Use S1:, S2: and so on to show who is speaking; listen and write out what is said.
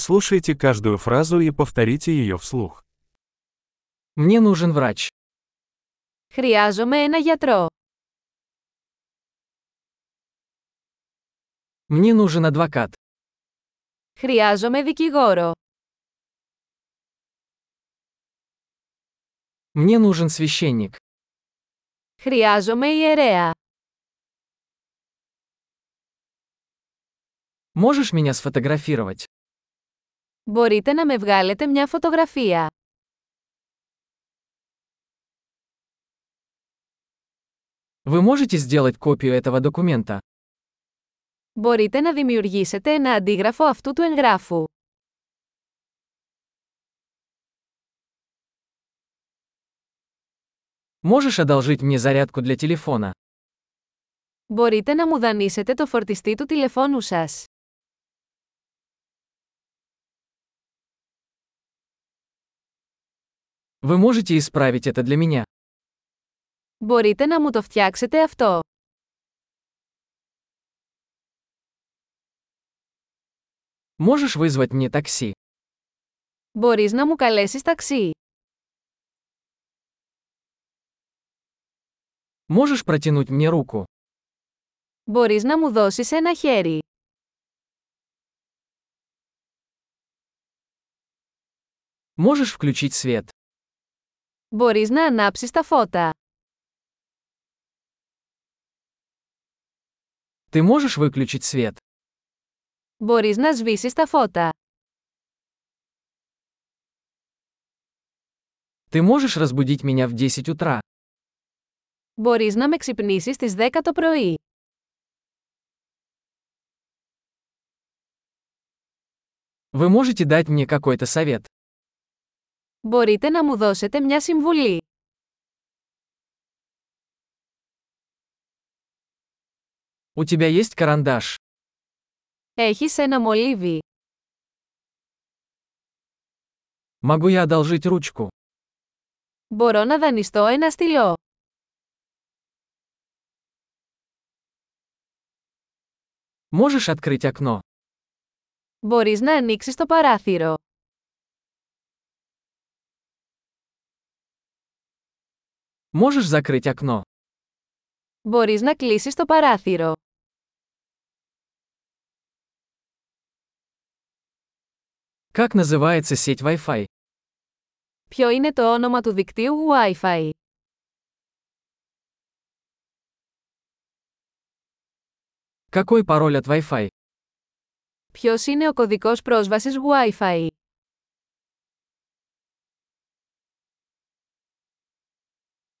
S1: Прослушайте каждую фразу и повторите ее вслух.
S2: Мне нужен врач.
S3: Χρειάζομαι ένα γιατρό.
S2: Мне нужен адвокат.
S3: Χρειάζομαι δικηγόρο.
S2: Мне нужен священник.
S3: Χρειάζομαι ιερέα.
S2: Можешь меня сфотографировать?
S3: Μπορείτε να με βγάλετε μια φωτογραφία.
S2: Вы можете сделать копию этого документа?
S3: Μπορείτε να δημιουργήσετε ένα αντίγραφο αυτού του εγγράφου.
S2: Можешь одолжить мне зарядку для телефона?
S3: Μπορείτε να μου δανείσετε το φορτιστή του τηλεφώνου σας.
S2: Вы можете исправить это для меня?
S3: Μπορείτε να μου το φτιάξετε αυτό.
S2: Можешь вызвать мне такси?
S3: Μπορείς να μου καλέσεις ταξί.
S2: Можешь протянуть мне руку?
S3: Μπορείς να μου δώσεις ένα χέρι.
S2: Можешь включить свет?
S3: Μπορείς να ανάψεις τα φώτα.
S2: Ты можешь выключить свет?
S3: Μπορείς να σβήσεις τα φώτα.
S2: Ты можешь разбудить меня в 10 утра?
S3: Μπορείς να με ξυπνήσεις στις 10 το πρωί.
S2: Вы можете дать мне какой-то совет?
S3: Μπορείτε να μου δώσετε μια συμβουλή.
S2: У тебя есть карандаш?
S3: Έχεις ένα μολύβι.
S2: Могу я одолжить ручку?
S3: Μπορώ να δανειστώ ένα στυλό.
S2: Можешь открыть окно?
S3: Μπορείς να ανοίξεις το παράθυρο.
S2: Можешь закрыть окно?
S3: Μπορείς να κλείσεις το παράθυρο.
S2: Как называется сеть Wi-Fi?
S3: Ποιο είναι το όνομα του δικτύου Wi-Fi.
S2: Какой пароль от Wi-Fi?
S3: Ποιος είναι ο κωδικός πρόσβασης Wi-Fi.